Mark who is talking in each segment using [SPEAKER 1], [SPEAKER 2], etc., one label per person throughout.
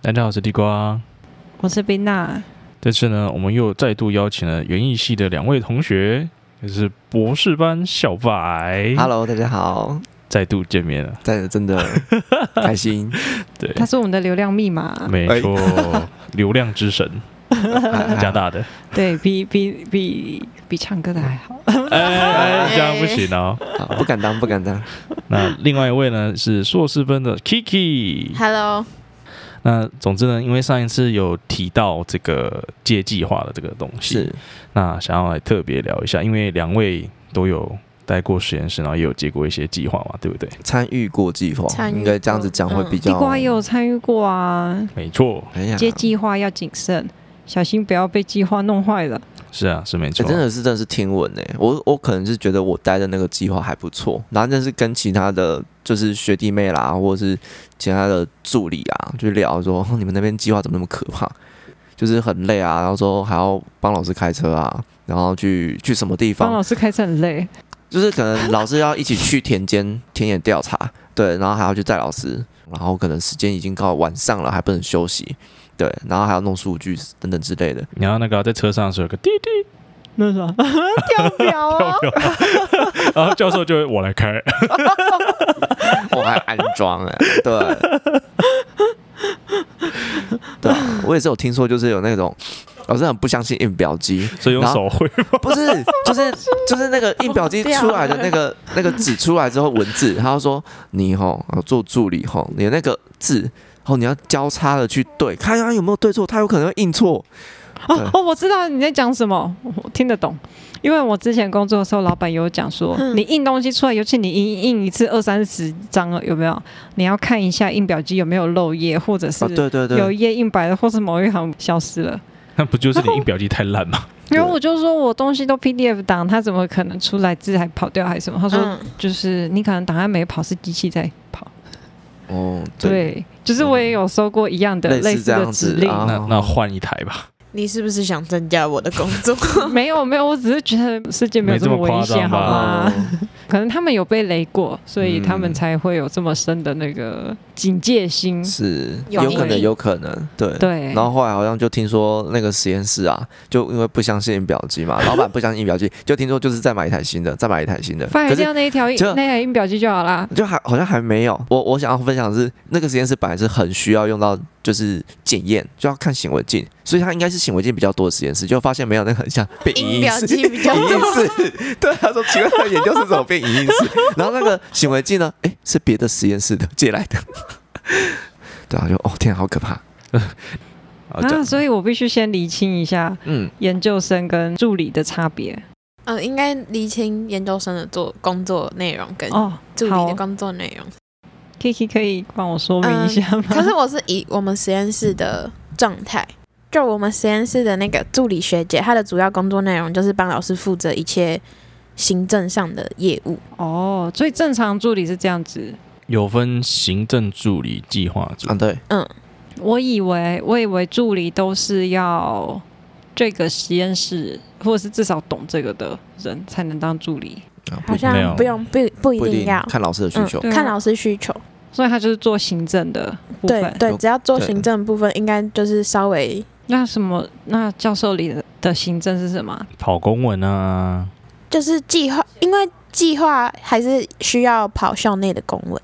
[SPEAKER 1] 大家好，我是地瓜。
[SPEAKER 2] 我是冰娜，
[SPEAKER 1] 这次呢，我们又再度邀请了园艺系的两位同学，就是博士班小白
[SPEAKER 3] Hello，大家好，
[SPEAKER 1] 再度见面了。
[SPEAKER 3] 真的真的开心，
[SPEAKER 1] 对，
[SPEAKER 2] 他是我们的流量密码，
[SPEAKER 1] 没错， 流量之神，加大的。
[SPEAKER 2] 对比比比比唱歌的还好。
[SPEAKER 1] 哎哎，这样不行哦。
[SPEAKER 3] 好不敢当不敢当，
[SPEAKER 1] 那另外一位呢是硕士班的 Kiki。
[SPEAKER 4] Hello，
[SPEAKER 1] 那总之呢，因为上一次有提到这个借计划的这个东西，
[SPEAKER 3] 是
[SPEAKER 1] 那想要来特别聊一下，因为两位都有待过实验室，然后也有接过一些计划嘛，对不对？
[SPEAKER 3] 参与过计划，
[SPEAKER 4] 参与
[SPEAKER 3] 应该这样子讲会比
[SPEAKER 2] 地
[SPEAKER 3] 较。
[SPEAKER 2] 瓜也有参与过啊，
[SPEAKER 1] 没错，
[SPEAKER 3] 哎呀，
[SPEAKER 2] 接计划要谨慎，小心不要被计划弄坏了。
[SPEAKER 1] 是啊，是没
[SPEAKER 3] 哎
[SPEAKER 1] 错，
[SPEAKER 3] 真的是真的是听闻呢。我我可能是觉得我待的那个计划还不错，然后但是跟其他的就是学弟妹啦，或者是其他的助理啊，就聊说哦你们那边计划怎么那么可怕，就是很累啊，然后说还要帮老师开车啊，然后去去什么地
[SPEAKER 2] 帮
[SPEAKER 3] 方
[SPEAKER 2] 老，师开车很累，
[SPEAKER 3] 就是可能老师要一起去田间田野调查，对，然后还要去载老师，然后可能时间已经到晚上了，还不能休息，对，然后还要弄数据等等之类的，
[SPEAKER 1] 然后那个在车上的时候有个滴滴
[SPEAKER 2] 那是吧？跳表
[SPEAKER 3] 哦
[SPEAKER 2] 啊，
[SPEAKER 1] 跳表， 然后教授就会我来 开，
[SPEAKER 3] 我还安装哎、对，对啊，我也是有听说，就是有那种老师很不相信印表机，
[SPEAKER 1] 所以用
[SPEAKER 3] 然
[SPEAKER 1] 手
[SPEAKER 3] 后
[SPEAKER 1] 绘。
[SPEAKER 3] 不是，就是就是那个印表机出来的那个那个纸出来之后文字，他就说你吼呃做助理吼，你的那个字哦你要交叉的去对，看他有没有对错，他有可能会印错。
[SPEAKER 2] 哦 哦，我知道你在讲什么，我听得懂。因为我之前工作的时候，老板有讲说，
[SPEAKER 4] 嗯
[SPEAKER 2] 你印东西出来，尤其你印印一次二三十张了，有没有？你要看一下印表机有没有漏页，或者是
[SPEAKER 3] 哦，对对
[SPEAKER 2] 有
[SPEAKER 3] 对，
[SPEAKER 2] 一页印白了，或是某一行消失了。
[SPEAKER 1] 那不就是你印表机太烂吗？
[SPEAKER 2] 然后我就说我东西都 PDF 档，它怎么可能出来字还跑掉还是什么？他说、
[SPEAKER 4] 嗯
[SPEAKER 2] 就是你可能档案没跑，是机器在跑。
[SPEAKER 3] 哦，对，
[SPEAKER 2] 对，就是我也有收过一样的
[SPEAKER 3] 类似
[SPEAKER 2] 类似
[SPEAKER 3] 这
[SPEAKER 2] 的
[SPEAKER 3] 样
[SPEAKER 2] 指
[SPEAKER 3] 子
[SPEAKER 2] 令，
[SPEAKER 3] 啊
[SPEAKER 1] 那那换一台吧，
[SPEAKER 4] 你是不是想增加我的工 作？
[SPEAKER 2] 没有没有，我只是觉得世界没有这
[SPEAKER 1] 没这么夸
[SPEAKER 2] 危
[SPEAKER 1] 张
[SPEAKER 2] 险，好
[SPEAKER 1] 吧
[SPEAKER 2] 吗
[SPEAKER 3] 哦？
[SPEAKER 2] 可能他们有被雷过，所以他们
[SPEAKER 3] 嗯
[SPEAKER 2] 才会有这么深的那个警戒心。
[SPEAKER 3] 是
[SPEAKER 4] 有
[SPEAKER 3] 有可能，
[SPEAKER 4] 印
[SPEAKER 3] 有可能，对。
[SPEAKER 2] 对，
[SPEAKER 3] 然后后来好像就听说那个实验室啊，就因为不相信印表机嘛，老板不相信印表机，就听说就是再买一台新的，再买一台新的。
[SPEAKER 2] 放
[SPEAKER 3] 可是
[SPEAKER 2] 掉那一条
[SPEAKER 3] 就
[SPEAKER 2] 那台印表机就好啦。
[SPEAKER 3] 就还好像还没有。我我想要分享的是，那个实验室本来是很需要用到就是检验，就要看显微镜，所以它应该是显微镜比较多的实验室，就发现没有那个很像变影
[SPEAKER 4] 印
[SPEAKER 3] 印
[SPEAKER 4] 表
[SPEAKER 3] 室。
[SPEAKER 4] 机比较
[SPEAKER 3] 影印
[SPEAKER 4] 多，
[SPEAKER 3] 室， 对他说：“请问他的研究室怎么变影印室？”然后那个显微镜呢？诶，是别的实验室的借来的。 对啊，就哦天啊，好可怕。
[SPEAKER 1] 啊这
[SPEAKER 2] 啊，
[SPEAKER 1] 样
[SPEAKER 2] 所以我必须先厘清一下
[SPEAKER 3] 嗯，
[SPEAKER 2] 研究生跟助理的差别。
[SPEAKER 4] 嗯，应该厘清研究生的做工作内容跟
[SPEAKER 2] 哦，
[SPEAKER 4] 助理
[SPEAKER 2] 好
[SPEAKER 4] 的工作内容。
[SPEAKER 2] Kiki 可以帮我说明一下吗？
[SPEAKER 4] 可是我是以我们实验室的状态，就我们实验室的那个助理学姐，她的主要工作内容就是帮老师负责一切行政上的业务。
[SPEAKER 2] 哦，所以正常助理是这样子。
[SPEAKER 1] 有分行政助理、计划组
[SPEAKER 3] 啊，对，
[SPEAKER 2] 我以为我以为助理都是要这个实验室，或者是至少懂这个的人才能当助理，
[SPEAKER 3] 啊不
[SPEAKER 4] 好
[SPEAKER 1] 没有
[SPEAKER 4] 像不用不不一
[SPEAKER 3] 不一
[SPEAKER 4] 定
[SPEAKER 3] 定
[SPEAKER 4] 要嗯
[SPEAKER 3] 看老师的需求。
[SPEAKER 2] 对啊
[SPEAKER 4] 看老师需求，
[SPEAKER 2] 所以他就是做行政的部
[SPEAKER 4] 对
[SPEAKER 2] 分。
[SPEAKER 4] 对，只要做
[SPEAKER 3] 对
[SPEAKER 4] 行政部分，应该就是稍微
[SPEAKER 2] 那什么？那教授里的的行政是什么？
[SPEAKER 1] 跑公文啊，
[SPEAKER 4] 就是计划，因为计划还是需要跑校内的公文。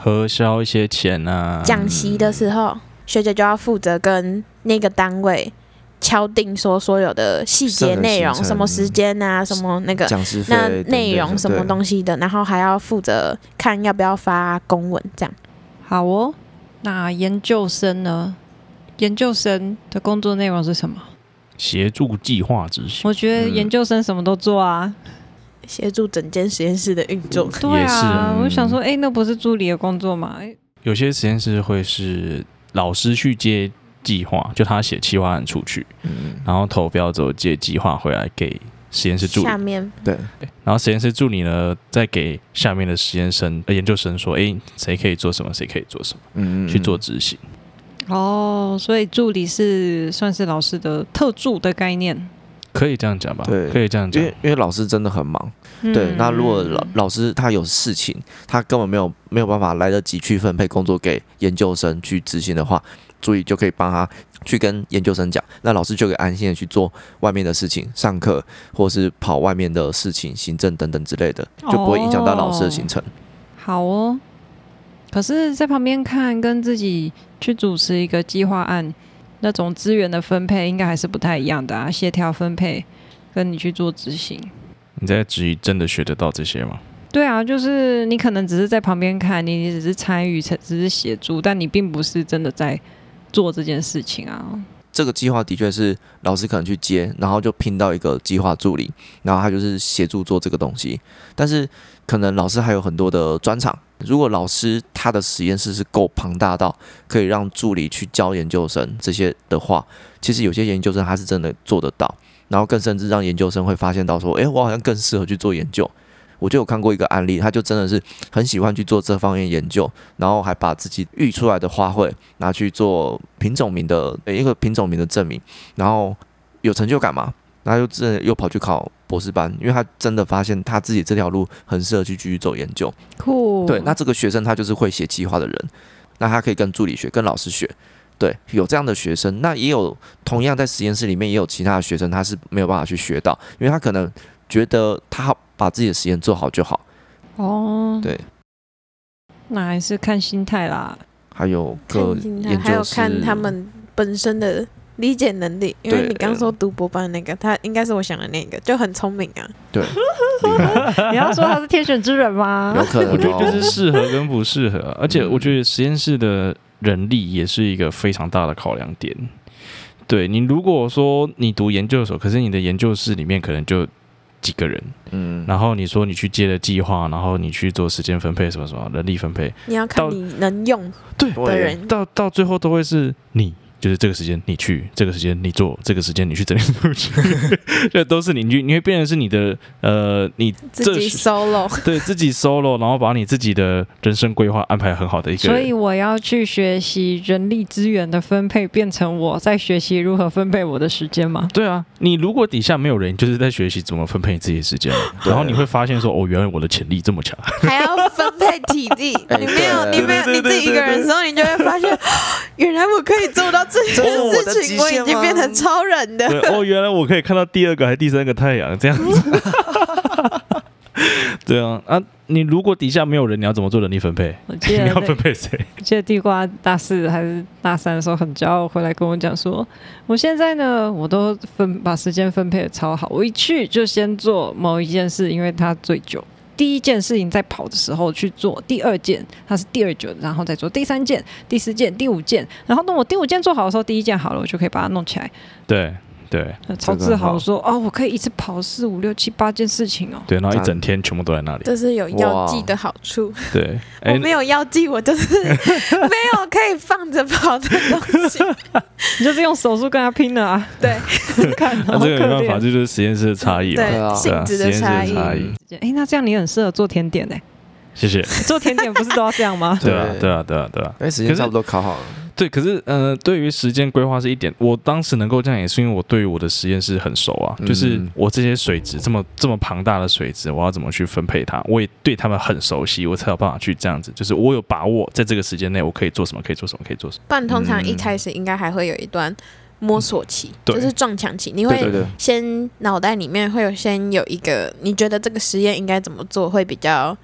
[SPEAKER 1] 核销一些钱
[SPEAKER 3] 嗯
[SPEAKER 1] 啊，
[SPEAKER 4] 讲习的时候，学姐就要负责跟那个单位敲定说所有的细节内
[SPEAKER 3] 上
[SPEAKER 4] 容
[SPEAKER 3] 的行，程
[SPEAKER 4] 什么时间啊，什么那个
[SPEAKER 3] 讲师费
[SPEAKER 4] 那
[SPEAKER 3] 等等
[SPEAKER 4] 内容
[SPEAKER 3] 的
[SPEAKER 4] 什么
[SPEAKER 3] 对
[SPEAKER 4] 东西的，然后还要负责看要不要发公文这样。
[SPEAKER 2] 好哦，那研究生呢？研究生的工作内容是什么？
[SPEAKER 1] 协助计划执行，
[SPEAKER 2] 我觉得
[SPEAKER 3] 嗯
[SPEAKER 2] 研究生什么都做啊。
[SPEAKER 4] 协助整间实验室的运作，
[SPEAKER 2] 对
[SPEAKER 1] 也是
[SPEAKER 2] 啊，
[SPEAKER 1] 嗯
[SPEAKER 2] 我想说，哎、那不是助理的工作吗？诶
[SPEAKER 1] 有些实验室会是老师去接计划，就他写企划案出去，
[SPEAKER 3] 嗯，
[SPEAKER 1] 然后投标之后接计划回来给实验室助理
[SPEAKER 4] 下，面
[SPEAKER 3] 对，
[SPEAKER 1] 然后实验室助理呢，再给下面的实验生、呃研究生说，诶，谁可以做什么，谁可以做什么，
[SPEAKER 3] 嗯
[SPEAKER 1] 去做执行。
[SPEAKER 2] 哦，所以助理是算是老师的特助的概念。
[SPEAKER 1] 可以这样讲吧？
[SPEAKER 3] 对
[SPEAKER 1] 可以这样
[SPEAKER 3] 因
[SPEAKER 1] 讲
[SPEAKER 3] 为。因为老师真的很忙，
[SPEAKER 2] 嗯
[SPEAKER 3] 对，那如果老老师他有事情，他根本没有没有办法来得及去分配工作给研究生去执行的话，助理就可以帮他去跟研究生讲，那老师就可以安心的去做外面的事情，上课或是跑外面的事情、行政等等之类的，就不会影响到老师的行程。
[SPEAKER 2] 好哦。可是，在旁边看跟自己去主持一个计划案，那种资源的分配应该还是不太一样的啊，协调分配跟你去做执行。
[SPEAKER 1] 你在质疑真的学得到这些吗？
[SPEAKER 2] 对啊，就是你可能只是在旁边看，你你只是参与，只只是协助，但你并不是真的在做这件事情啊。
[SPEAKER 3] 这个计划的确是老师可能去接，然后就聘到一个计划助理，然后他就是协助做这个东西。但是可能老师还有很多的专场，如果老师他的实验室是够庞大到可以让助理去教研究生这些的话，其实有些研究生他是真的做得到，然后更甚至让研究生会发现到说，诶，我好像更适合去做研究。我就有看过一个案例，他就真的是很喜欢去做这方面研究，然后还把自己育出来的花卉拿去做品种名的呃一个品种名的证明，然后有成就感嘛，然后又真的又跑去考博士班，因为他真的发现他自己这条路很适合去继续走研究。
[SPEAKER 2] 酷
[SPEAKER 3] 对，那这个学生他就是会写计划的人，那他可以跟助理学，跟老师学。对，有这样的学生，那也有同样在实验室里面也有其他的学生，他是没有办法去学到，因为他可能觉得他把自己的实验做好就好。
[SPEAKER 2] 哦，
[SPEAKER 3] 对，
[SPEAKER 2] 那还是看心态啦。
[SPEAKER 3] 还有各
[SPEAKER 4] 看心态，
[SPEAKER 3] 研
[SPEAKER 4] 还有
[SPEAKER 3] 究室，
[SPEAKER 4] 看他们本身的理解能力，因为
[SPEAKER 3] 对
[SPEAKER 4] 你刚说读博班那个，他应该是我想的那个，就很聪明啊。
[SPEAKER 3] 对，厉 害
[SPEAKER 2] 你要说他是天选之人吗
[SPEAKER 3] 有？可能、哦、
[SPEAKER 1] 我觉得就是适合跟不适合啊，而且我觉得实验室的人力也是一个非常大的考量点。对你，如果说你读研究所，可是你的研究室里面可能就几个人，
[SPEAKER 3] 嗯，
[SPEAKER 1] 然后你说你去接了计划，然后你去做时间分配什么什么人力分配，
[SPEAKER 4] 你要看
[SPEAKER 1] 到
[SPEAKER 4] 你能用
[SPEAKER 1] 对，
[SPEAKER 4] 的人，
[SPEAKER 2] 嗯
[SPEAKER 1] 到到最后都会是你，就是这个时间你去，这个时间你做，这个时间你去整理东 西，这都是你，你你会变成是你的呃，你
[SPEAKER 4] 自
[SPEAKER 1] 这
[SPEAKER 4] 己
[SPEAKER 1] 是
[SPEAKER 4] solo，
[SPEAKER 1] 对自己 solo，然后把你自己的人生规划安排很好的一个人。
[SPEAKER 2] 所以我要去学习人力资源的分配，变成我在学习如何分配我的时 间吗？
[SPEAKER 1] 对啊，你如果底下没有人，就是在学习怎么分配你自己的时间嘛，
[SPEAKER 3] 对
[SPEAKER 1] 然后你会发现说，哦，原来我的潜力这么强。
[SPEAKER 4] 还要分配体力。
[SPEAKER 3] 哎
[SPEAKER 4] 你没有，
[SPEAKER 3] 对
[SPEAKER 4] 你没有，
[SPEAKER 1] 对
[SPEAKER 4] 你
[SPEAKER 1] 对对
[SPEAKER 4] 自己一个人的时候，你就会发现，哦原来我可以做到这件
[SPEAKER 3] 这是我的
[SPEAKER 4] 事
[SPEAKER 3] 极限
[SPEAKER 4] 情，我已经
[SPEAKER 3] 吗
[SPEAKER 4] 变成超人的。
[SPEAKER 1] 对，哦，原来我可以看到第二个还第三个太阳这样 子。
[SPEAKER 2] 啊
[SPEAKER 1] 对啊，啊，你如果底下没有人，你要怎么做人力分配？
[SPEAKER 2] 我记
[SPEAKER 1] 你
[SPEAKER 2] 得
[SPEAKER 1] 要
[SPEAKER 2] 那
[SPEAKER 1] 分配谁？
[SPEAKER 2] 我记得地瓜大四还是大三的时候很骄傲，回来跟我讲说，我现在呢，我都分把时间分配的超好，我一去就先做某一件事，因为他最久。第一件事情在跑的时候去做，第二件他是第二久，然后再做第三件、第四件、第五件，然后等我第五件做好的时候，第一件好了，我就可以把它弄起来，
[SPEAKER 1] 对对
[SPEAKER 2] 呃超
[SPEAKER 3] 这个
[SPEAKER 2] 自
[SPEAKER 3] 很好
[SPEAKER 2] 豪。我说哦，我可以一次跑四五六七八件事情哦。
[SPEAKER 1] 对，然后一整天全部都在那里。
[SPEAKER 4] 这是有
[SPEAKER 3] 哇
[SPEAKER 4] 药剂的好处，
[SPEAKER 1] 对，
[SPEAKER 4] 我
[SPEAKER 1] 哎、
[SPEAKER 4] 没有药剂，我就是没有可以放着跑的东西。
[SPEAKER 2] 你就是用手速跟他拼了 啊！
[SPEAKER 4] 对，
[SPEAKER 2] 看好
[SPEAKER 1] 那
[SPEAKER 2] 可
[SPEAKER 1] 这个没办法，
[SPEAKER 2] 怜。
[SPEAKER 1] 这就是实验室的差异嘛。
[SPEAKER 3] 对啊？
[SPEAKER 4] 性质
[SPEAKER 1] 实
[SPEAKER 4] 的
[SPEAKER 1] 验室
[SPEAKER 4] 差
[SPEAKER 1] 的。
[SPEAKER 4] 异
[SPEAKER 1] 差异。
[SPEAKER 2] 哎，那这样你很适合做甜点呢、
[SPEAKER 1] 谢谢。
[SPEAKER 2] 做甜点不是都要这样吗
[SPEAKER 1] 对啊，对啊，对啊，对啊。
[SPEAKER 3] 因哎为时
[SPEAKER 1] 可
[SPEAKER 3] 间
[SPEAKER 1] 是
[SPEAKER 3] 差不多考好了，
[SPEAKER 1] 对，可是呃，对于时间规划是一点，我当时能够这样也是因为我对于我的实验室很熟啊，
[SPEAKER 3] 嗯
[SPEAKER 1] 就是我这些水质这么这么庞大的水质，我要怎么去分配它，我也对他们很熟悉，我才有办法去这样子，就是我有把握在这个时间内我可以做什么，可以做什么，可以做什么。
[SPEAKER 4] 不然通常一
[SPEAKER 3] 嗯
[SPEAKER 4] 开始应该还会有一段摸索期，
[SPEAKER 1] 对
[SPEAKER 4] 就是撞墙期，你
[SPEAKER 3] 对
[SPEAKER 4] 会
[SPEAKER 3] 对
[SPEAKER 4] 先脑袋里面会有先有一个你觉得这个实验应该怎么做会比较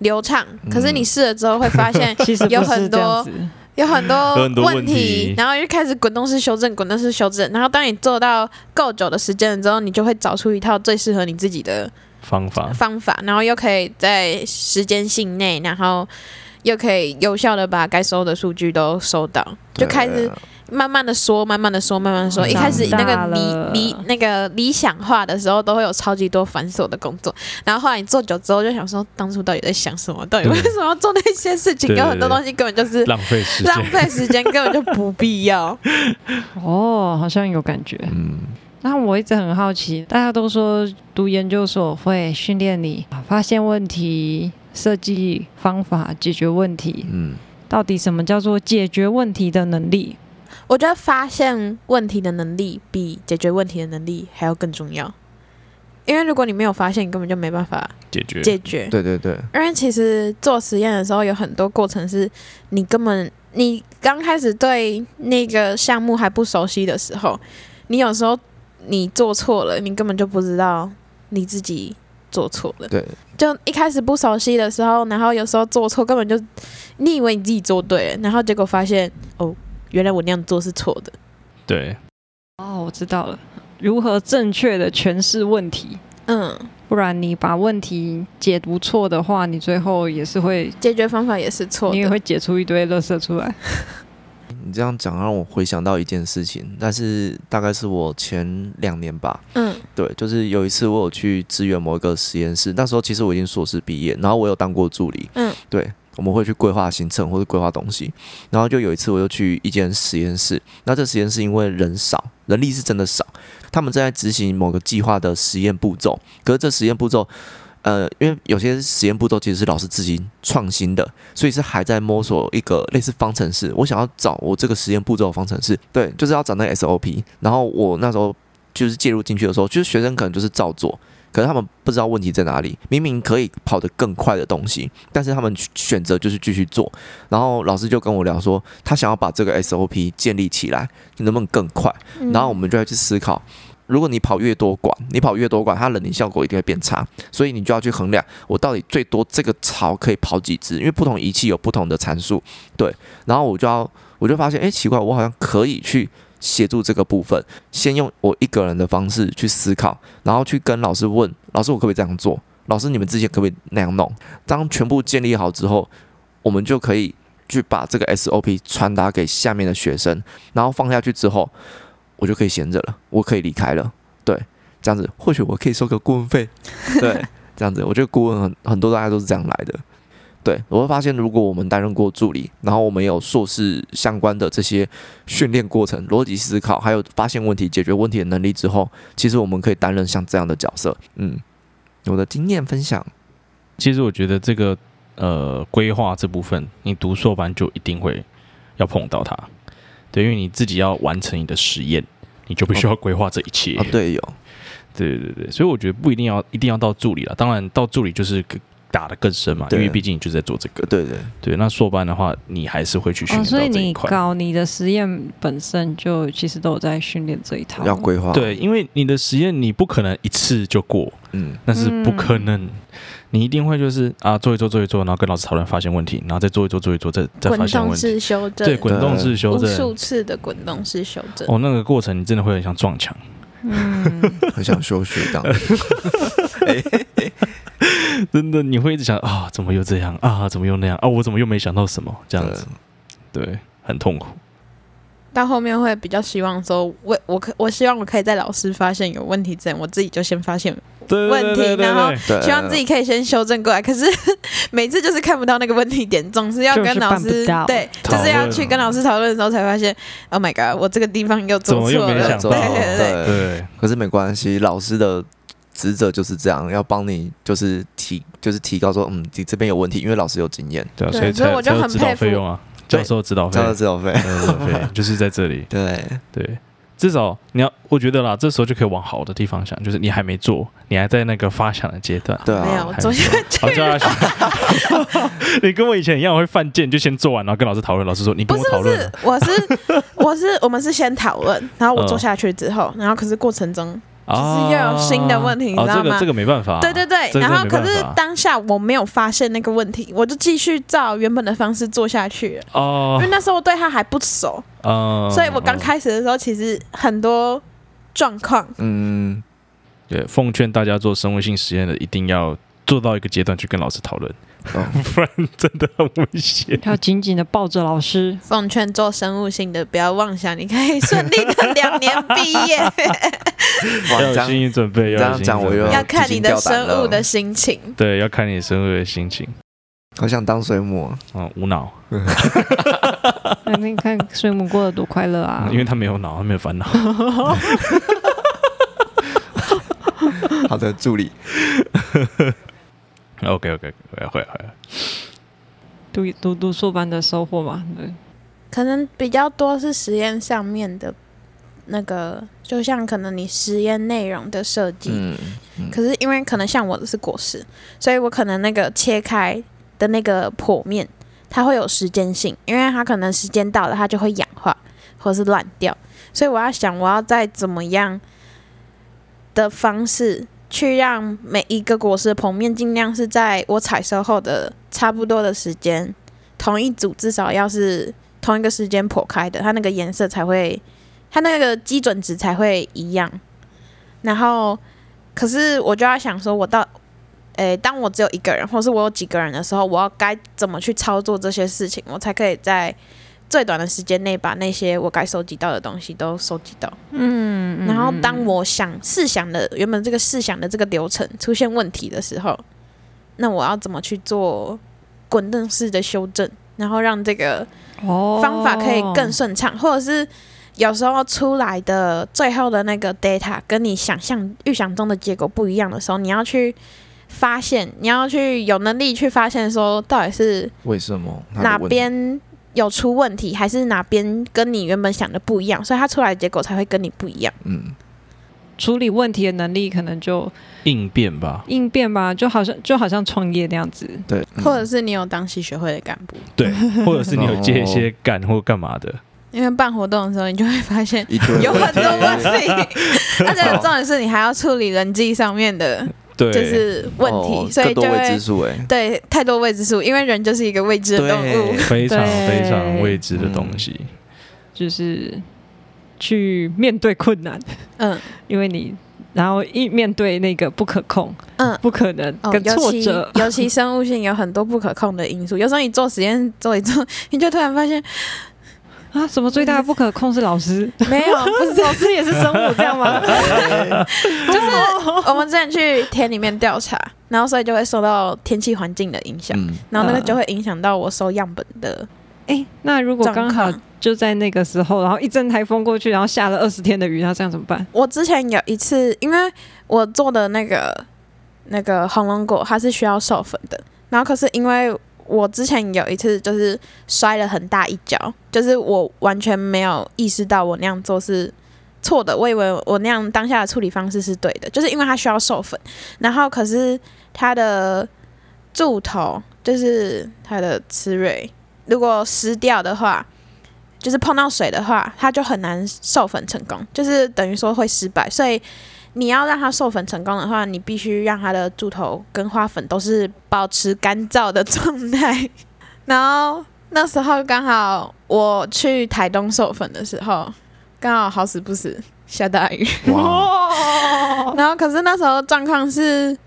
[SPEAKER 4] 流畅，
[SPEAKER 3] 嗯
[SPEAKER 4] 可是你试了之后会发 现
[SPEAKER 2] 其实不
[SPEAKER 4] 有
[SPEAKER 2] 是
[SPEAKER 4] 很
[SPEAKER 2] 这样
[SPEAKER 4] 多
[SPEAKER 2] 子，
[SPEAKER 4] 有很多
[SPEAKER 1] 有很多问
[SPEAKER 4] 问
[SPEAKER 1] 题
[SPEAKER 4] 题，然后就开始滚动式修正，滚动式修正，然后当你做到够久的时间了之后，你就会找出一套最适合你自己的
[SPEAKER 1] 方法，
[SPEAKER 4] 方
[SPEAKER 3] 嗯
[SPEAKER 4] 法，然后又可以在时间性内，然后又可以有效的把该收的数据都收到，就
[SPEAKER 3] 对
[SPEAKER 4] 开始慢慢的说，慢慢的说，慢慢的说。
[SPEAKER 1] 哦
[SPEAKER 2] 嗯
[SPEAKER 4] 一开始那
[SPEAKER 2] 长大了
[SPEAKER 4] 个理理那个理想化的时候，都会有超级多繁琐的工作，然后后来你做久之后，就想说，当初到底在想什么？到底
[SPEAKER 1] 对
[SPEAKER 4] 为什么要做那些事情？
[SPEAKER 1] 对对
[SPEAKER 4] 有很多
[SPEAKER 1] 对
[SPEAKER 4] 东西根本就是
[SPEAKER 1] 浪费时间
[SPEAKER 4] 浪。费时间，根本就不必要。
[SPEAKER 2] 哦，好像有感觉。
[SPEAKER 3] 嗯，
[SPEAKER 2] 那我一直很好奇，大家都说读研究所会训练你啊发现问题、设计方法、解决问题，
[SPEAKER 3] 嗯，
[SPEAKER 2] 到底什么叫做解决问题的能力？
[SPEAKER 4] 我觉得发现问题的能力比解决问题的能力还要更重要，因为如果你没有发现，你根本就没办法
[SPEAKER 1] 解决
[SPEAKER 4] 解决。
[SPEAKER 3] 对对对，
[SPEAKER 4] 因为其实做实验的时候有很多过程是你根本你刚开始对那个项目还不熟悉的时候，你有时候你做错了，你根本就不知道你自己做错了。
[SPEAKER 3] 对，
[SPEAKER 4] 就一开始不熟悉的时候，然后有时候做错，根本就你以为你自己做对了，然后结果发现哦，原来我那样做是错的。
[SPEAKER 1] 对，
[SPEAKER 2] 哦，我知道了，如何正确的诠释问题，
[SPEAKER 4] 嗯，
[SPEAKER 2] 不然你把问题解读错的话，你最后也是会，
[SPEAKER 4] 解决方法也是错
[SPEAKER 2] 你也
[SPEAKER 4] 的。
[SPEAKER 2] 会解出一堆垃圾出 来。
[SPEAKER 3] 你这样讲让我回想到一件事情，但是大概是我前两年吧，
[SPEAKER 4] 嗯
[SPEAKER 3] 对，就是有一次我有去支援某一个实验室，那时候其实我已经硕士毕业，然后我有当过助理，
[SPEAKER 4] 嗯，
[SPEAKER 3] 对，我们会去规划行程或者规划东西，然后就有一次我就去一间实验室，那这实验室因为人少，人力是真的少，他们正在执行某个计划的实验步骤，可是这实验步骤。呃，因为有些实验步骤其实是老师自己创新的，所以是还在摸索一个类似方程式。我想要找我这个实验步骤的方程式，对，就是要找那个 SOP。然后我那时候就是介入进去的时候，就是学生可能就是照做，可是他们不知道问题在哪里。明明可以跑得更快的东西，但是他们选择就是继续做。然后老师就跟我聊说，他想要把这个 SOP 建立起来，你能不能更快？
[SPEAKER 4] 嗯
[SPEAKER 3] 然后我们就要去思考，如果你跑越多管，你跑越多管，它冷凝效果一定会变差，所以你就要去衡量我到底最多这个槽可以跑几只，因为不同仪器有不同的参数，对。然后我就要，我就发现，哎，奇怪，我好像可以去协助这个部分，先用我一个人的方式去思考，然后去跟老师问，老师我可不可以这样做？老师你们之前可不可以那样弄？当全部建立好之后，我们就可以去把这个 SOP 传达给下面的学生，然后放下去之后，我就可以闲着了，我可以离开了。对，这样子或许我可以收个顾问费。对，这样子，我觉得顾问很很多大家都是这样来的。对，我会发现，如果我们担任过助理，然后我们有硕士相关的这些训练过程、逻辑思考，还有发现问题、解决问题的能力之后，其实我们可以担任像这样的角色。嗯，我的经验分享，
[SPEAKER 1] 其实我觉得这个呃规划这部分，你读硕班就一定会要碰到它，对，因为你自己要完成你的实验，你就必须要规划这一切。
[SPEAKER 3] 啊，对，有，
[SPEAKER 1] 对对对对，所以我觉得不一定要一定要到助理了，当然到助理就是更打得更深嘛，因
[SPEAKER 3] 对
[SPEAKER 1] 为毕竟你就是在做这个。
[SPEAKER 3] 对对，
[SPEAKER 1] 对，那硕班的话，你还是会去训
[SPEAKER 2] 哦，
[SPEAKER 1] 练
[SPEAKER 2] 所以
[SPEAKER 1] 到这一
[SPEAKER 2] 你
[SPEAKER 1] 块。
[SPEAKER 2] 搞你的实验本身就其实都有在训练这一套。
[SPEAKER 3] 要规划，，
[SPEAKER 1] 对，因为你的实验你不可能一次就过，
[SPEAKER 3] 嗯，
[SPEAKER 1] 那是不可能。
[SPEAKER 2] 嗯
[SPEAKER 1] 你一定会就是啊，做一做做一做，然后跟老师讨论发现问题，然后再做一做做一做，再再发
[SPEAKER 4] 滚
[SPEAKER 1] 现
[SPEAKER 4] 动
[SPEAKER 1] 问
[SPEAKER 4] 式
[SPEAKER 1] 题。
[SPEAKER 4] 修正，
[SPEAKER 1] 对，滚动式修
[SPEAKER 4] 无
[SPEAKER 1] 正
[SPEAKER 4] 数。次的滚动式修正。
[SPEAKER 1] 哦，那个过程你真的会很想撞墙。
[SPEAKER 2] 嗯，
[SPEAKER 3] 很想休息 这样。
[SPEAKER 1] 真的，你会一直想啊，怎么又这样啊？怎么又那样啊？我怎么又没想到什么这样子？对，很痛苦。
[SPEAKER 4] 到后面会比较希望说，我我可我希望我可以在老师发现有问题之前，我自己就先发现，
[SPEAKER 1] 对
[SPEAKER 4] 问题然后
[SPEAKER 1] 呃
[SPEAKER 3] 对，
[SPEAKER 4] 希望自己可以先修正过来。 可是每次就是看不到那个问题点，总是要
[SPEAKER 2] 就是
[SPEAKER 4] 跟老
[SPEAKER 2] 办不
[SPEAKER 4] 师
[SPEAKER 2] 到
[SPEAKER 4] 对，就
[SPEAKER 1] 讨
[SPEAKER 4] 是
[SPEAKER 1] 论
[SPEAKER 4] 要去跟老师讨论的时候才发现，Oh my god，我这个地方又
[SPEAKER 1] 怎
[SPEAKER 4] 做
[SPEAKER 1] 么又
[SPEAKER 4] 错
[SPEAKER 1] 没
[SPEAKER 4] 了
[SPEAKER 1] 想。
[SPEAKER 4] 对
[SPEAKER 1] 到
[SPEAKER 4] 对对，
[SPEAKER 1] 对
[SPEAKER 3] 可是没关系，老师的职责就是这样，要帮你就是提就是提高说，嗯，你这边有问题，因为老师有经验，
[SPEAKER 1] 对啊，
[SPEAKER 4] 对
[SPEAKER 1] 所以
[SPEAKER 4] 所以
[SPEAKER 1] 才
[SPEAKER 4] 我就
[SPEAKER 1] 才有
[SPEAKER 4] 很
[SPEAKER 1] 指导
[SPEAKER 4] 佩服
[SPEAKER 1] 费用啊，
[SPEAKER 3] 对
[SPEAKER 1] 教授指导费
[SPEAKER 3] 交，了指导费。
[SPEAKER 1] 教授指导费 就是在这里。
[SPEAKER 3] 对，
[SPEAKER 1] 对，至少你要，我觉得啦，这时候就可以往好的地方想，就是你还没做，你还在那个发想的阶段。
[SPEAKER 3] 对
[SPEAKER 4] 没有，
[SPEAKER 3] 啊
[SPEAKER 4] 我，
[SPEAKER 1] 还
[SPEAKER 4] 昨天
[SPEAKER 1] 好，这样想 你跟我以前一样，我会犯贱，就先做完，然后跟老师讨论。老师说：“你
[SPEAKER 4] 不
[SPEAKER 1] 跟
[SPEAKER 4] 是
[SPEAKER 1] 我讨
[SPEAKER 4] 不
[SPEAKER 1] 论
[SPEAKER 4] 是
[SPEAKER 1] 啊。，
[SPEAKER 4] 我是 我是我们是先讨论，然后我
[SPEAKER 1] 嗯
[SPEAKER 4] 做下去之后，然后可是过程中，
[SPEAKER 1] 啊”
[SPEAKER 4] 就是要有新的问题你知
[SPEAKER 1] 哦
[SPEAKER 4] 道
[SPEAKER 1] 这个
[SPEAKER 4] 吗
[SPEAKER 1] 这个没办法。
[SPEAKER 4] 对对对，
[SPEAKER 1] 这个真的
[SPEAKER 4] 然后
[SPEAKER 1] 没
[SPEAKER 4] 可
[SPEAKER 1] 办
[SPEAKER 4] 是
[SPEAKER 1] 法
[SPEAKER 4] 当下我没有发现那个问题，我就继续照原本的方式做下去了，因
[SPEAKER 1] 哦
[SPEAKER 4] 为，那时候我对他还不熟，
[SPEAKER 1] 嗯
[SPEAKER 4] 嗯所以我刚开始的时候其实很多状况，
[SPEAKER 3] 嗯，
[SPEAKER 1] 哦对奉劝大家做生物性实验的，一定要做到一个阶段去跟老师讨论，
[SPEAKER 3] 哦
[SPEAKER 1] 不然真的很危险。
[SPEAKER 2] 要紧紧的抱着老师，
[SPEAKER 4] 奉劝做生物性的不要妄想你可以顺利的两年毕业，
[SPEAKER 1] 要
[SPEAKER 3] 哇，这
[SPEAKER 1] 有心
[SPEAKER 3] 样
[SPEAKER 1] 理准备，要有
[SPEAKER 3] 这样
[SPEAKER 1] 心理
[SPEAKER 3] 讲我
[SPEAKER 1] 准备
[SPEAKER 3] 又
[SPEAKER 4] 要看你的生物的
[SPEAKER 3] 已
[SPEAKER 4] 心情。
[SPEAKER 1] 对，要看你生物的心情。
[SPEAKER 3] 好想当水母，啊
[SPEAKER 1] 嗯，无脑，
[SPEAKER 2] 那哎你看水母过得多快乐啊！
[SPEAKER 1] 因为他没有脑，他没有烦 恼。
[SPEAKER 3] 好的助 理，
[SPEAKER 1] OK OK，回来回来回来。
[SPEAKER 2] 读读读硕班的收获嘛，对，
[SPEAKER 4] 可能比较多是实验上面的那个，就像可能你实验内容的设计，
[SPEAKER 3] 嗯，
[SPEAKER 4] 可是因为可能像我的是果实，所以我可能那个切开的那个剖面，它会有时间性，因为它可能时间到了，它就会氧化或是烂掉，所以我要想我要再怎么样的方式去让每一个果实的剖面尽量是在我采收后的差不多的时间，同一组至少要是同一个时间剖开的，它那个颜色才会，它那个基准值才会一样，然后。可是我就要想说，我到，诶、当我只有一个人，或是我有几个人的时候，我要该怎么去操作这些事情，我才可以在最短的时间内把那些我该收集到的东西都收集到。
[SPEAKER 2] 嗯
[SPEAKER 4] 然后当我想试想的原本这个试想的这个流程出现问题的时候，那我要怎么去做滚动式的修正，然后让这个
[SPEAKER 2] 哦
[SPEAKER 4] 方法可以更顺畅，或者是有时候出来的最后的那个 data 跟你想象预想中的结果不一样的时候，你要去发现，你要去有能力去发现说到底是
[SPEAKER 3] 为什么？它的
[SPEAKER 4] 哪
[SPEAKER 3] 问
[SPEAKER 4] 边有出问题，还是哪边跟你原本想的不一样，所以它出来的结果才会跟你不一样。
[SPEAKER 3] 嗯，
[SPEAKER 2] 处理问题的能力可能就
[SPEAKER 1] 应变吧，
[SPEAKER 2] 应变吧，就好像就好像创业那样子，
[SPEAKER 3] 对，嗯。
[SPEAKER 4] 或者是你有当系学会的干部，
[SPEAKER 1] 对，或者是你有接一些干或干嘛的，
[SPEAKER 4] 因为办活动的时候，你就会发 现
[SPEAKER 3] 一堆
[SPEAKER 4] 有很多
[SPEAKER 3] 问
[SPEAKER 4] 问
[SPEAKER 3] 题
[SPEAKER 4] 题， 而且重点是你还要处理人际上面的，
[SPEAKER 1] 对，
[SPEAKER 4] 就是问题，
[SPEAKER 3] 哦
[SPEAKER 4] 所以
[SPEAKER 3] 更
[SPEAKER 4] 就
[SPEAKER 3] 多
[SPEAKER 4] 会
[SPEAKER 3] 未知数哎，
[SPEAKER 4] 对，太多未知数，因为人就是一个未知的动物
[SPEAKER 3] 对。
[SPEAKER 1] 非常
[SPEAKER 2] 对
[SPEAKER 1] 非常未知的东西。
[SPEAKER 4] 嗯
[SPEAKER 2] 就是去面对困难，
[SPEAKER 4] 嗯
[SPEAKER 2] 因为你然后一面对那个不可控、
[SPEAKER 4] 嗯，
[SPEAKER 2] 不可能
[SPEAKER 4] 哦，
[SPEAKER 2] 跟
[SPEAKER 4] 尤
[SPEAKER 2] 挫
[SPEAKER 4] 其
[SPEAKER 2] 折，
[SPEAKER 4] 尤其生物性有很多不可控的因素，有时候你做实验做一做，你就突然发现
[SPEAKER 2] 啊，什么最大的不可控是老 师？
[SPEAKER 4] 没有，不是
[SPEAKER 2] 老师也是生物这样吗？
[SPEAKER 4] 就是我们之前去田里面调查，然后所以就会受到天气环境的影响，
[SPEAKER 3] 嗯，
[SPEAKER 4] 然后那个就会影响到我收样本的
[SPEAKER 2] 哎、那如果
[SPEAKER 4] 状
[SPEAKER 2] 刚好
[SPEAKER 4] 况。
[SPEAKER 2] 就在那个时候，然后一阵台风过去，然后下了二十天的雨，那这样怎么办？
[SPEAKER 4] 我之前有一次，因为我做的那个那个红龙果，它是需要授粉的。然后可是因为我之前有一次就是摔了很大一跤，就是我完全没有意识到我那样做是错的，我以为我那样当下的处理方式是对的，就是因为它需要授粉，然后可是它的柱头就是它的雌蕊，如果湿掉的话，就是碰到水的话，它就很难授粉成功，就是等于说会失败。所以你要让它授粉成功的话，你必须让它的柱头跟花粉都是保持干燥的状态。 然后那时候刚好我去台东授粉的时候，刚好好死不死下大雨，
[SPEAKER 3] 哇，
[SPEAKER 2] 哦，
[SPEAKER 4] 然后可是那时候状况是，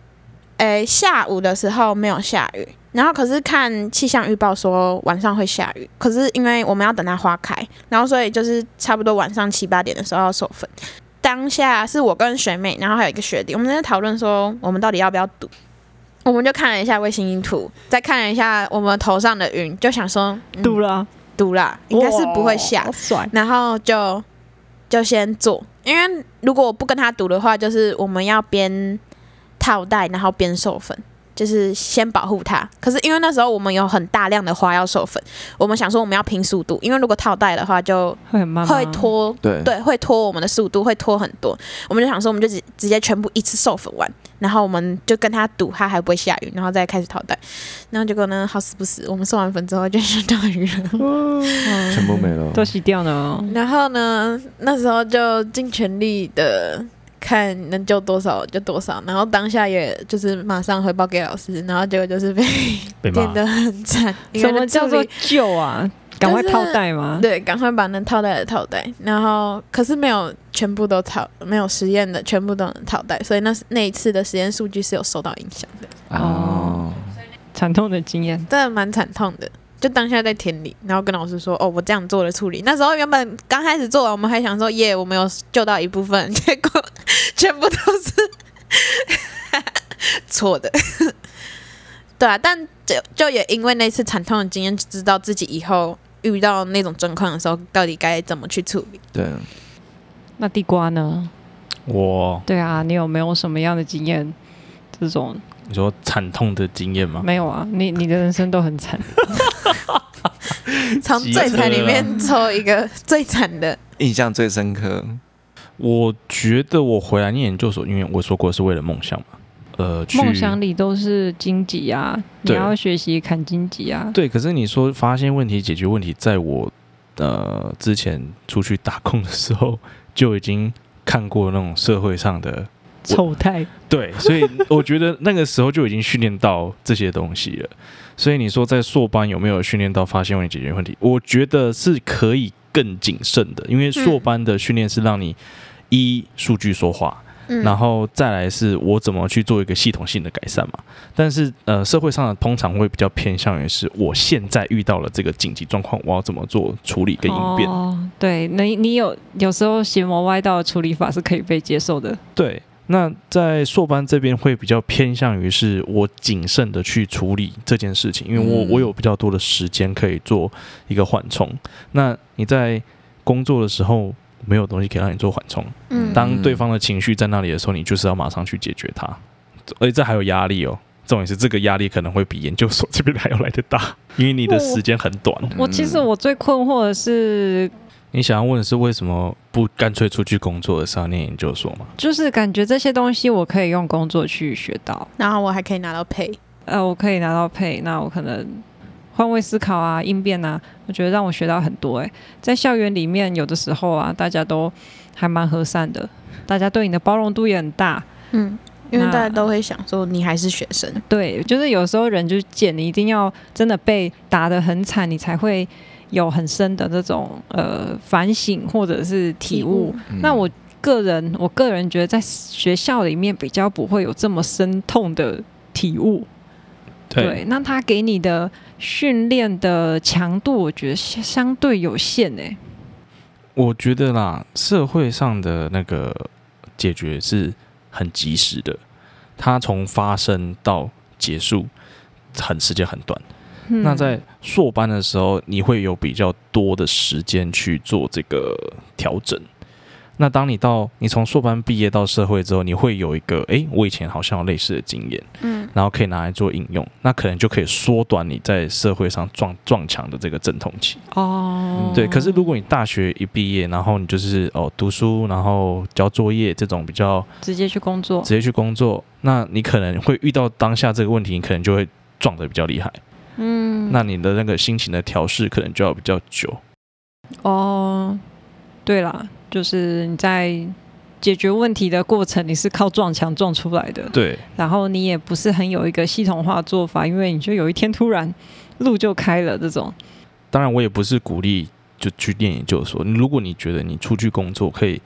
[SPEAKER 4] 诶下午的时候没有下雨，然后可是看气象预报说晚上会下雨，可是因为我们要等它花开，然后所以就是差不多晚上七八点的时候要授粉。当下是我跟学妹，然后还有一个学弟，我们在讨论说我们到底要不要赌。我们就看了一下卫星图，再看了一下我们头上的云，就想说嗯
[SPEAKER 2] 堵了，
[SPEAKER 4] 赌啦，应该是不会下
[SPEAKER 2] 哇好帅，
[SPEAKER 4] 然后就就先做，因为如果我不跟他赌的话，就是我们要边套袋，然后边授粉，就是先保护它。可是因为那时候我们有很大量的花要授粉，我们想说我们要拼速度，因为如果套袋的话就
[SPEAKER 2] 会很慢吗，
[SPEAKER 4] 会拖，
[SPEAKER 3] 对，
[SPEAKER 4] 对，会拖我们的速度，会拖很多。我们就想说，我们就直直接全部一次授粉完，然后我们就跟他赌，他还不会下雨，然后再开始套袋。然后结果呢，好死不死，我们授完粉之后就下大雨了。
[SPEAKER 2] 嗯，
[SPEAKER 3] 全部没了，
[SPEAKER 2] 都洗掉呢。
[SPEAKER 4] 然后呢，那时候就尽全力的看能救多少就多少，然后当下也就是马上回报给老师，然后结果就是被
[SPEAKER 1] 被骂
[SPEAKER 4] 电，得很惨，因为
[SPEAKER 2] 什么叫做啊
[SPEAKER 4] 处
[SPEAKER 2] 救啊？赶快套袋吗
[SPEAKER 4] 理？对，赶快把能套袋的套袋，然后可是没有全部都套，没有实验的全部都能套袋，所以那是那一次的实验数据是有受到影响的，
[SPEAKER 3] 哦，
[SPEAKER 2] 惨痛的经验，
[SPEAKER 4] 真的蛮惨痛的。就当下在田里，然后跟老师说：“哦，我这样做了处理。”那时候原本刚开始做完，我们还想说：“耶，我们有救到一部分。”结果 全部都是 错的。对啊，但就就也因为那次惨痛的经验，知道自己以后遇到那种状况的时候，到底该怎么去处 理。
[SPEAKER 3] 对，
[SPEAKER 2] 那地瓜呢？
[SPEAKER 1] 我
[SPEAKER 2] 对啊，你有没有什么样的经验？这种
[SPEAKER 1] 你说惨痛的经验吗？
[SPEAKER 2] 没有啊，你你的人生都很惨，
[SPEAKER 4] 从
[SPEAKER 1] 机
[SPEAKER 4] 最惨里
[SPEAKER 1] 车啊
[SPEAKER 4] 面抽一个 最惨的，
[SPEAKER 3] 印象最深刻。
[SPEAKER 1] 我觉得我回来念研究所，因为我说过是为了梦想嘛，呃，去
[SPEAKER 2] 梦想里都是荆棘啊，你
[SPEAKER 1] 对
[SPEAKER 2] 要学习砍荆棘啊。
[SPEAKER 1] 对，可是你说发现问题、解决问题，在我呃之前出去打工的时候，就已经看过那种社会上的
[SPEAKER 2] 丑态，
[SPEAKER 1] 对，所以我觉得那个时候就已经训练到这些东西了。所以你说在硕班有没有训练到发现问题、解决问题？我觉得是可以更谨慎的，因为硕班的训练是让你一数据说话，
[SPEAKER 4] 嗯，
[SPEAKER 1] 然后再来是我怎么去做一个系统性的改善嘛。但是呃，社会上的通常会比较偏向于是我现在遇到了这个紧急状况，我要怎么做处理跟应变。
[SPEAKER 2] 哦，对，你你有有时候邪魔歪道的处理法是可以被接受的。
[SPEAKER 1] 对，那在硕班这边会比较偏向于是我谨慎的去处理这件事情，因为我、
[SPEAKER 3] 嗯
[SPEAKER 1] 我有比较多的时间可以做一个缓冲。那你在工作的时候没有东西可以让你做缓冲，
[SPEAKER 4] 嗯
[SPEAKER 1] 当对方的情绪在那里的时候，你就是要马上去解决它，而且这还有压力哦。重点是这个压力可能会比研究所这边还要来得大， 因为你的时间很短。
[SPEAKER 2] 我其实我最困惑的是，
[SPEAKER 1] 你想要问的是为什么不干脆出去工作，而是要念研究所吗？
[SPEAKER 2] 就是感觉这些东西我可以用工作去学到，
[SPEAKER 4] 然后我还可以拿到配，
[SPEAKER 2] 呃，我可以拿到配，那我可能换位思考啊、应变啊，我觉得让我学到很多、欸。在校园里面，有的时候啊，大家都还蛮和善的，大家对你的包容度也很大。
[SPEAKER 4] 嗯，因为
[SPEAKER 2] 那
[SPEAKER 4] 大家都会想说你还是学生，
[SPEAKER 2] 对，就是有时候人就是贱，你一定要真的被打得很惨，你才会有很深的这种呃反省或者是体悟。
[SPEAKER 3] 嗯
[SPEAKER 2] 那我个人，我个人觉得在学校里面比较不会有这么深痛的体悟。对，那他给你的训练的强度，我觉得相相对有限欸诶、
[SPEAKER 1] 我觉得啦，社会上的那个解决是很及时的，它从发生到结束，很时间很短。
[SPEAKER 2] 嗯
[SPEAKER 1] 那在硕班的时候，你会有比较多的时间去做这个调整。那当你到你从硕班毕业到社会之后，你会有一个，诶，我以前好像有类似的经验，
[SPEAKER 4] 嗯
[SPEAKER 1] 然后可以拿来做应用，那可能就可以缩短你在社会上撞撞墙的这个阵痛期。
[SPEAKER 2] 哦，
[SPEAKER 1] 对，可是如果你大学一毕业，然后你就是哦读书，然后交作业这种比较
[SPEAKER 2] 直接去工作
[SPEAKER 1] 直，接去工作，那你可能会遇到当下这个问题，你可能就会撞得比较厉害，
[SPEAKER 2] 嗯，
[SPEAKER 1] 那你的那个心情的调试可能就要比较久。
[SPEAKER 2] 哦，对啦，就是你在解决问题的过程，你是靠撞墙撞出来的，
[SPEAKER 1] 对，
[SPEAKER 2] 然后你也不是很有一个系统化做法，因为你就有一天突然路就开了这种。
[SPEAKER 1] 当然我也不是鼓励就去念研究所，如果你觉得你出去工作可以，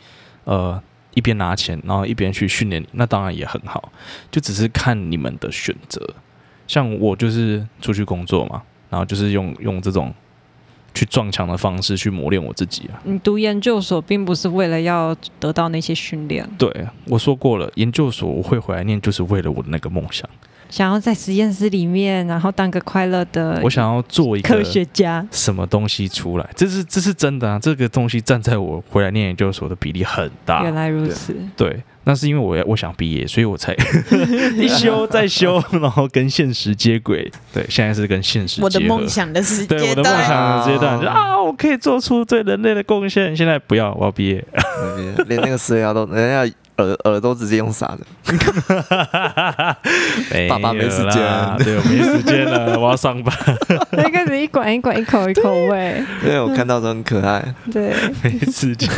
[SPEAKER 1] 呃。一边拿钱，然后一边去训练你，那当然也很好，就只是看你们的选择。像我就是出去工作嘛，然后就是用用这种去撞墙的方式去磨练我自己啊。
[SPEAKER 2] 你读研究所并不是为了要得到那些训练，
[SPEAKER 1] 对，我说过了，研究所我会回来念，就是为了我的那个梦想，
[SPEAKER 2] 想要在实验室里面，然后当个快乐的
[SPEAKER 1] 我想要做一个
[SPEAKER 2] 科学家。
[SPEAKER 1] 什么东西出来，这是这是真的啊！这个东西站在我回来念研究所的比例很大，
[SPEAKER 2] 原来如此，
[SPEAKER 1] 啊 对，那是因为我要我想毕业，所以我才一修再修，然后跟现实接轨。对，现在是跟现实
[SPEAKER 4] 我的
[SPEAKER 1] 结合
[SPEAKER 4] 梦。想的世
[SPEAKER 1] 对
[SPEAKER 4] 界
[SPEAKER 1] 我的梦
[SPEAKER 4] 段，
[SPEAKER 1] 想的阶段，就啊，我可以做出对人类的贡献。现在不要，我要毕 业。
[SPEAKER 3] 嗯连那个饲料都，人家耳耳朵直接用撒的，爸爸没时间
[SPEAKER 1] 有啦对，我没时间了，我要上班。
[SPEAKER 2] 那个是一管一管，一口一口味，
[SPEAKER 3] 因为我看到都很可爱。
[SPEAKER 2] 对，
[SPEAKER 1] 没时 间。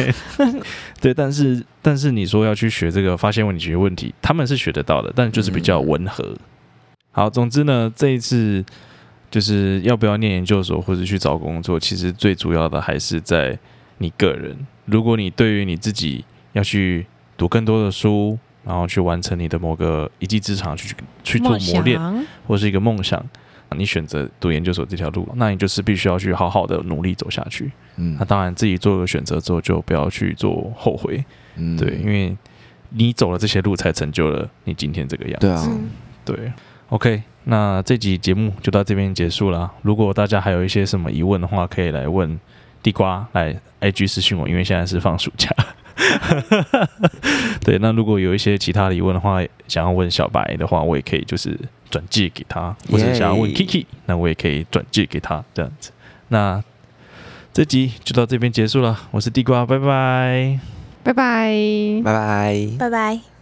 [SPEAKER 1] 对，但是但是你说要去学这个发现问题、解决问题，他们是学得到的，但就是比较
[SPEAKER 2] 嗯
[SPEAKER 1] 温和。好，总之呢，这一次就是要不要念研究所或者去找工作，其实最主要的还是在你个人。如果你对于你自己要去读更多的书，然后去完成你的某个一技之长，去 去做
[SPEAKER 2] 嗯梦
[SPEAKER 1] 磨练，
[SPEAKER 2] 想
[SPEAKER 1] 或是一个梦想，你选择读研究所这条路，那你就是必须要去好好的努力走下去。
[SPEAKER 3] 嗯
[SPEAKER 1] 那当然，自己做个选择之后，就不要去做后悔，
[SPEAKER 3] 嗯
[SPEAKER 1] 对，因为你走了这些路，才成就了你今天这个样子。
[SPEAKER 3] 对啊，
[SPEAKER 4] 嗯，
[SPEAKER 1] 对，OK，那这集节目就到这边结束了。如果大家还有一些什么疑问的话，可以来问地瓜来 IG 私讯我，因为现在是放暑假。 对，那如果有一些其他的疑问的话，想要问小白的话，我也可以就是转借给他，或者想要问
[SPEAKER 3] Yay
[SPEAKER 1] Kiki，那我也可以转借给他这样子。那这集就到这边结束了，我是地瓜，拜拜。
[SPEAKER 2] 拜拜。
[SPEAKER 3] 拜拜。
[SPEAKER 4] 拜拜。